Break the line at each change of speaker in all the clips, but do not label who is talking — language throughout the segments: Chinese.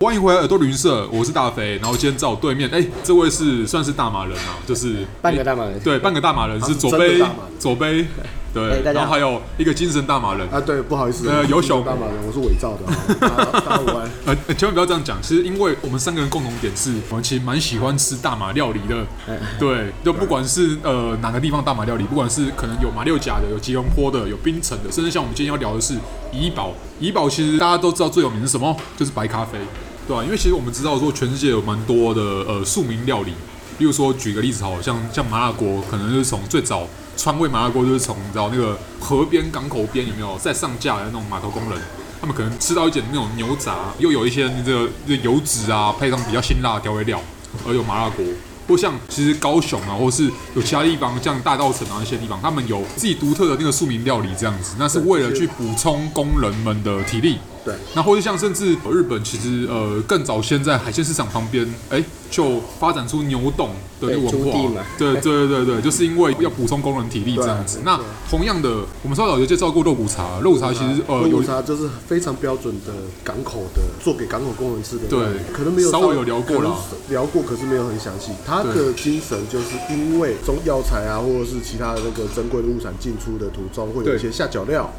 欢迎回来耳朵旅行社，我是大肥。然后今天在我对面，哎、这位是算是大马人啊，就是
半个大马人哦
对，半个大马人是左
真
杯
的大马人，
左杯，对
哎，大家
然后
好
还有一个精神大马人，
啊，对，不好意思，
呃
我是
有熊
大马人，我是伪造的啊，大大家午安。
呃，呃千万不要这样讲。其实，因为我们三个人共同点是，我们其实蛮喜欢吃大马料理的。
哎
对，就不管是呃哪个地方大马料理，不管是可能有马六甲的、有吉隆坡的、有槟城的，甚至像我们今天要聊的是怡宝。怡宝其实大家都知道最有名是什么，就是白咖啡，对吧、因为其实我们知道说，全世界有蛮多的呃庶民料理，例如说举个例子好了，像像麻辣锅，可能就是从最早川味麻辣锅就是从你知道那个河边港口边有没有在上架的那种码头工人，他们可能吃到一点那种牛杂，又有一些这个这个油脂啊，配上比较辛辣的调味料，哦而有麻辣锅。或像其实高雄啊，或是有其他地方，像大稻城啊一些地方，他们有自己独特的那个庶民料理这样子，那是为了去补充工人们的体力。
对，
那或者像甚至日本，其实呃更早先在海鲜市场旁边，哎、就发展出牛洞的那个
对
文
朱棣嘛
化。对对对对，就是因为要补充工人体力这样子。
对
那同样的，我们稍早就介绍过肉骨茶，肉骨茶其实呃
蒙
有
古茶就是非常标准的港口的，做给港口工人吃的。
对
可能没有
稍微有聊过啦，
可能聊过，可是没有很详细。它
对
的精神就是因为中药材啊，或者是其他的那个珍贵的物产进出的途中，会有
对嗯
一些下脚料。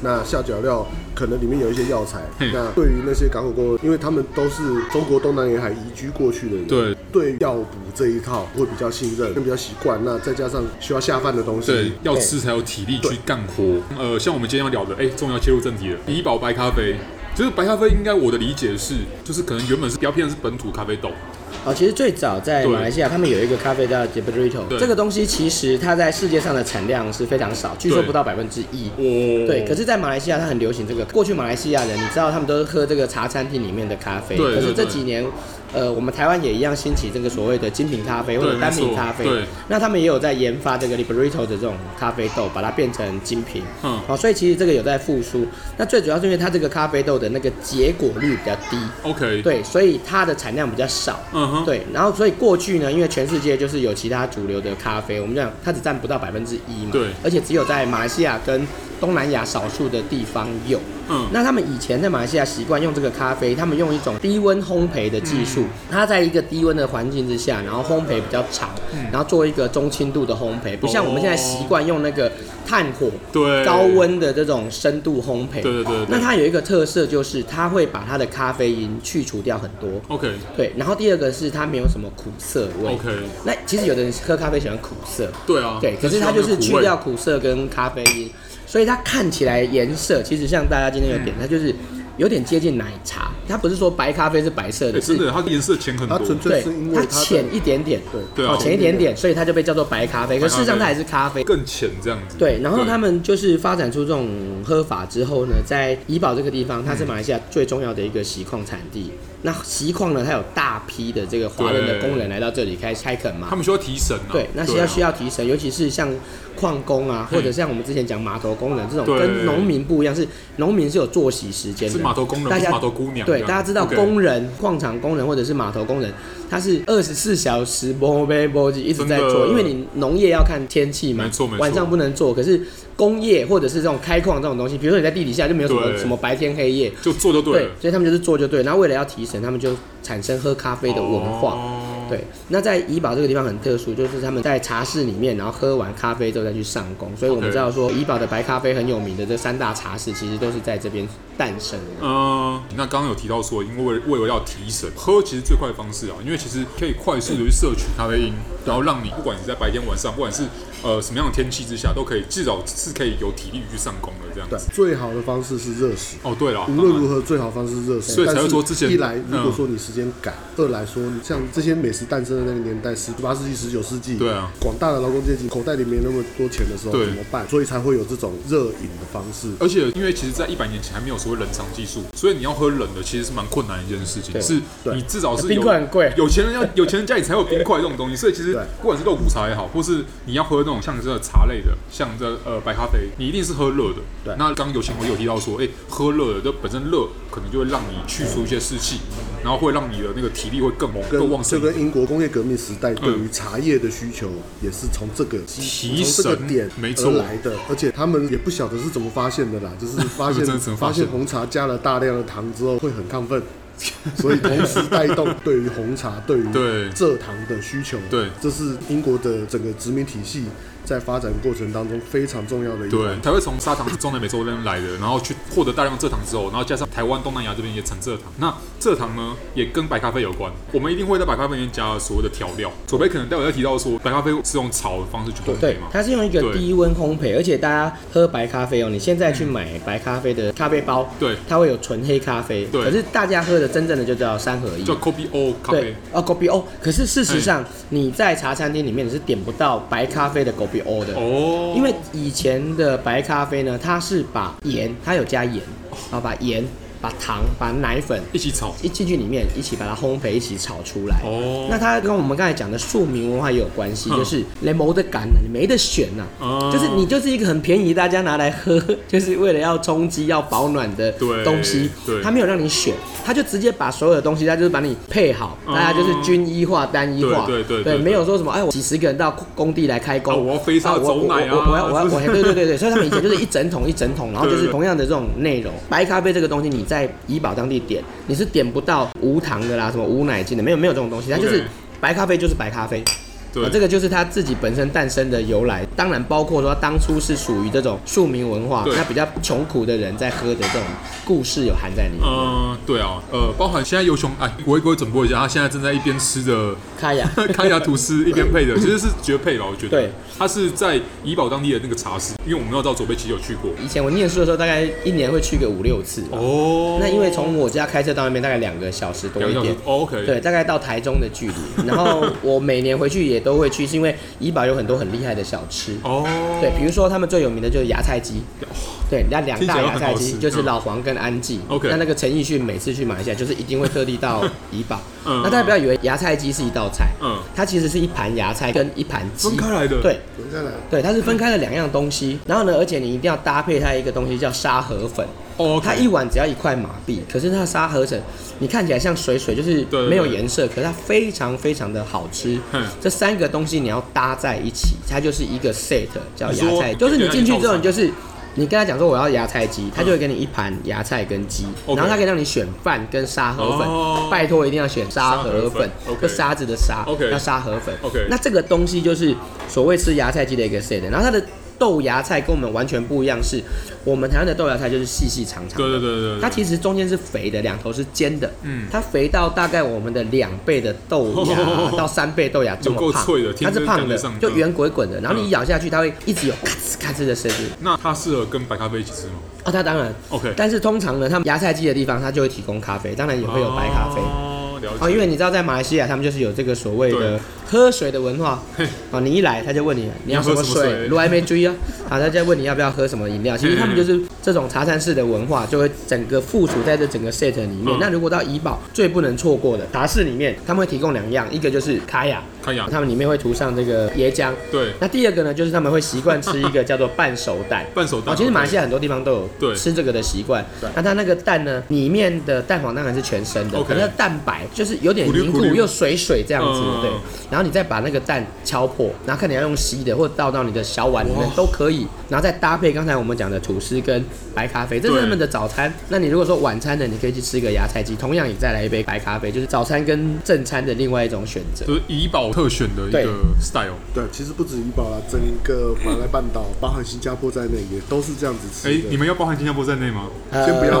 那下脚料可能里面有一些药材。
嘿
那对于那些港口工人，因为他们都是中国东南沿海移居过去的人，
对，
对药补这一套会比较信任，更比较习惯。那再加上需要下饭的东西，
嗯
哦
对，要吃才有体力去干活。呃，像我们今天要聊的，哎、终于要切入正题了。怡宝白咖啡，就是白咖啡，应该我的理解是，就是可能原本是比较偏的是本土咖啡豆，
哦，其实最早在
对
马来西亚，他们有一个咖啡叫 j a b r i t o
对
这个东西其实它在世界上的产量是非常少，据说不到百分之一。
哦，
对，可是，在马来西亚它很流行这个。过去马来西亚人，你知道他们都是喝这个茶餐厅里面的咖啡。
对
可是
对对
这几年，呃，我们台湾也一样兴起这个所谓的精品咖啡或者
对
单
没
品
错
咖啡。
对
那他们也有在研发这个 Liberito 的这种咖啡豆，把它变成精品。
嗯
哦，所以其实这个有在复苏。那最主要是因为它这个咖啡豆的那个结果率比较低。
，OK，，
对，所以它的产量比较少。
嗯哼，，
对，然后所以过去呢，因为全世界就是有其他主流的咖啡，我们讲它只占不到百分之一嘛，
对
而且只有在马来西亚跟东南亚少数的地方有。
嗯，
那他们以前在马来西亚习惯用这个咖啡，他们用一种低温烘焙的技术，
嗯
它在一个低温的环境之下，然后烘焙比较长，
嗯
然后做一个中轻度的烘焙，不像我们现在习惯用那个炭火。
哦对，
高，温的这种深度烘焙，
对对对对
那它有一个特色就是它会把它的咖啡因去除掉很多，
，OK，OK，、
对，然后第二个是它没有什么苦涩味。那其实有的人喝咖啡喜欢苦涩，
对啊，
哦对，可是它就是去掉苦涩跟咖啡因，所以它看起来颜色其实像大家今天有点，它就是有点接近奶茶。它不是说白咖啡是白色
哎、
的，啊
真
是
的，它颜色浅很多，
它纯粹
对
是因为
它
它的
浅一点点，
对
对啊
哦浅一点点，所以它就被叫做白咖啡。可事实上它还是咖啡。
更浅这样子，
对，然后他们就是发展出这种喝法之后呢，在怡保这个地方，它是马来西亚最重要的一个锡矿产地。那锡矿呢，它有大批的这个华人的工人来到这里开开垦嘛
他。们需要提神啊，
对，那需
啊
要需要提神，尤其是像矿工啊，
嗯
或者像我们之前讲码头工人这种，
对
跟农民不一样，是农民是有作息时间的。
是码头工人，
大
不
家
是码头姑娘这
对，
样，
大家知道
OK
工人、矿场工人或者是码头工人，他是二十四小时波杯波机一直在
真的
做，因为你农业要看天气嘛，
没错没错
晚上不能做。可是工业或者是这种开矿这种东西，比如说你在地底下就没有什么
对
什么白天黑夜，
就做就对了，
所以他们就是做就对。然后为了要提神，他们就产生喝咖啡的文化。
哦
对，那在怡保这个地方很特殊，就是他们在茶室里面，然后喝完咖啡之后再去上工，所以我们
OK
知道说怡保的白咖啡很有名的这三大茶室，其实都是在这边诞生的。
嗯，那刚刚有提到说，因为为了为了要提神，喝其实最快的方式啊，因为其实可以快速的去摄取咖啡因，然后让你不管你在白天晚上，不管是呃什么样的天气之下，都可以至少是可以有体力去上工的这样
对，
子。
最好的方式是热食。
哦，对了，
无论如
何，
何，最好方式是热食。
所以才会
但是
说之前
一来，
嗯
如果说你时间赶；二来说，像这些美食诞生的那个年代，十八世纪、十九世纪，
啊对啊，
广大的劳工阶级口袋里没那么多钱的时候，
对
怎么办？所以才会有这种热饮的方式。
而且因为其实，在一百年前还没有所谓冷藏技术，所以你要喝冷的其实是蛮困难的一件事情，
对
是
对
你至少是有
冰块很贵
有钱人要有钱人家里才有冰块这种东西，所以其实
对
不管是肉骨茶也好，或是你要喝那种像这茶类的，像这呃白咖啡，你一定是喝热的。
对
那刚刚有请我有提到说，哎、喝热的，就本身热可能就会让你去除一些湿气，然后会让你的那个体力会更猛、更旺
跟
盛
这
一点。
跟英国工业革命时
嗯
代对于茶叶的需求也是从这个
提
从这个
神
点
没
而
错
来的，而且他们也不晓得是怎么发现的啦，就是发现
真的怎么发
发
现
现红茶加了大量的糖之后会很亢奋，所以同时带动对于红茶、对于
对
蔗糖的需求。
对
这是英国的整个殖民体系在发展过程当中非常重要的一
对
环。，
才会从砂糖是中南美洲那边来的，然后去获得大量蔗糖之后，然后加上台湾、东南亚这边也产蔗糖。那蔗糖呢，也跟白咖啡有关。我们一定会在白咖啡里面加所谓的调料。左贝可能待会要提到说，白咖啡是用炒的方式去烘
对
焙嘛，？
它是用一个
嗯对嗯
低温烘焙，而且大家喝白咖啡哦，你现在去买白咖啡的咖啡包，
对
它会有纯黑咖啡，
对
可是大家喝的真正的就叫三合一，
叫 Kopi O 咖
对
啡。，哎
啊，狗比欧。可是事实上，你在茶餐厅里面你是点不到白咖啡的狗比欧的，
哦，
因为以前的白咖啡呢，它是把盐，它有加盐，然后把盐、把糖、把奶粉
一起炒
一进去里面一起把它烘焙，一起炒出来。
哦
那它跟我们刚才讲的庶民文化也有关系，
嗯
就是雷蒙的感呢，你没得选呐、
哦
就是你就是一个很便宜，大家拿来喝， 就是为了要充饥、要保暖的
对
东西。
对
它没有让你选，它就直接把所有的东西，它就是把你配好，
哦
大家就是均一化、单一化。
对对对对
对，
对
没有说什么哎，我几十个人到工地来开工，
啊我要飞砂
啊我
走奶啊
我我我要我要
是不
我
是
要，对对对对，所以他们以前就是一整桶一整桶，然后就
对对
是
对
同样的这种内容。白咖啡这个东西，你在怡保当地点，你是点不到无糖的啦，什么无奶精的，没有没有这种东西，它就是
OK
白咖啡就是白咖啡。
对
啊，这个就是它自己本身诞生的由来，当然包括说它当初是属于这种庶民文化
对，
那比较穷苦的人在喝的这种故事有含在里面。
嗯，对啊，呃，包含现在尤雄，哎，我也给我准播一下，他现在正在一边吃的
开呀
康雅吐司一边配的，其实是绝配了，我觉得。
对，
它是在怡保当地的那个茶室，因为我们要知道左贝其实有去过。
以前我念书的时候，大概一年会去个五六次。
哦，
那因为从我家开车到那边大概两个小时多
两
一
个小时
点，
哦，OK，
对，大概到台中的距 离。然后我每年回去也都会去，是因为怡保有很多很厉害的小吃。
哦，
对，比如说他们最有名的就是芽菜鸡，对，那两大芽菜
听起来很好吃
鸡就是老黄跟安记。
OK
那那个陈奕迅每次去马来西亚，就是一定会特地到怡保。
嗯
那大家不要以为芽菜鸡是一道菜，
嗯
它其实是一盘芽菜跟一盘鸡
分开来的
对，
等一下来，
对，它是分开了两样东西。然后呢，而且你一定要搭配它一个东西叫沙河粉。
哦，
它一碗只要一块马币，可是它的沙河粉，你看起来像水水，就是
对
没有颜色，可是它非常非常的好吃
嗯。
这三个东西你要搭在一起，它就是一个 set 叫
你
芽
说
菜，就是
给
你
它
进
一
去
道
之后，
菜
你就是你跟他讲说我要芽菜鸡，他就会给你一盘芽菜跟鸡，
嗯 OK
然后他可以让你选饭跟沙河
哦
粉，拜托一定要选沙
沙河
河
粉
粉，
OK
就沙子的沙
OK
要沙河粉
OK
那这个东西就是所谓吃芽菜鸡的一个 set，然后它的。豆芽菜跟我们完全不一样是，我们台湾的豆芽菜就是细细长长的
对对对对对，
它其实中间是肥的，两头是尖的，
嗯
嗯，它肥到大概我们的两倍的豆芽到三倍豆芽这
有够
么胖，
脆的听
它
着
是胖
感觉
的
上，
就
嗯
圆滚滚的，然后
嗯
你咬下去，它会一直有咔哧咔哧的声音。
那它适合跟白咖啡一起吃吗
哦，它当然，
？OK，
但是通常呢，他们芽菜鸡的地方，它就会提供咖啡，当然也会有白咖啡。
哦，了解，
哦，因为你知道在马来西亚，他们就是有这个所谓
对
的喝水的文 化
嘿。
哦，你一来他就 问你你要
你要
什
喝
么
什么水嗯
水，如还没追啊，啊，他就问你要不要喝什么饮料。其实他们就是这种茶餐室的文化，就会整个附属在这整个 set 里面
嗯。
那如果到怡保最不能错过的茶室里面，他们会提供两样，一个就是卡雅，
看雅，
他们里面会涂上这个椰浆。
对，
那第二个呢，就是他们会习惯吃一个叫做半熟蛋。
半手蛋。
哦，其实马来西
亚
亚很多地方都
对
有吃这个的习惯
对。
那它那个蛋呢，里面的蛋黄当然是全生的，
OK
可是它蛋白就是有点
咕溜
凝
咕
固
溜
又水水这样子
嗯，
对。然后你再把那个蛋敲破，然后看你要用吸的或倒到你的小碗里面
哇
都可以，然后再搭配刚才我们讲的吐司跟白咖啡，这是
对
他们的早餐。那你如果说晚餐的，你可以去吃一个芽菜鸡，同样也再来一杯白咖啡，就是早餐跟正餐的另外一种选择。
就是怡保特选的一
对
个 style。
对，其实不止怡保啦，整个马来半岛，包含新加坡在内，也都是这样子吃
哎，
的。
你们要包含新加坡在内吗？
先不要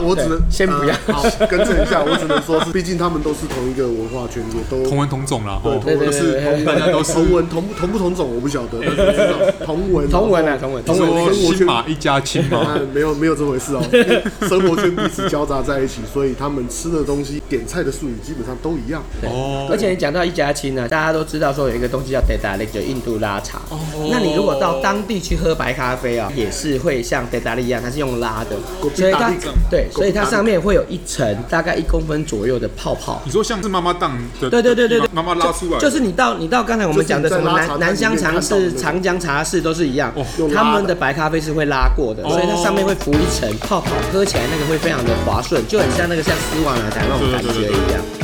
我只能
先不要
呃好更正一下，我只能说是，毕竟他们都是同一个文化圈，也都
同文同种啦，哦，
对
都
对
是
对对对
大家都是
同文同不同不同种我不晓得，但是至 少同文
同文啊，同文，同文
说
文
新 马一家亲
啊
嘛，
没有没有这回事哦，因为生活圈彼此交杂在一起，所以他们吃的东西、点菜的术语基本上都一样。
哦，
而且你讲到一家亲呢，啊大家都知道说有一个东西叫 d e d a l i 就印度拉茶。
哦
那你如果到当地去喝白咖啡啊，也是会像 d e d a l i 一样，它是用拉的，所以它
Kopi Tarik
对，所以
Kopi
它
Tarik
上面会有一层大概一公分左右的泡泡。
你说像是妈妈档的，
对对对对对，
妈妈拉出来的，
就就是你到你到刚才我们讲的什么
就是你在拉茶
南南香茶
里面
室、
看到的
长江茶室都是一样
哦，
用拉
他
的哦
们的白咖啡是会拉过的，所以它上面会浮一层泡泡，喝起来那个会非常的滑顺，就很像那个像丝袜奶茶那种
对
感
对对对
觉
对
一样。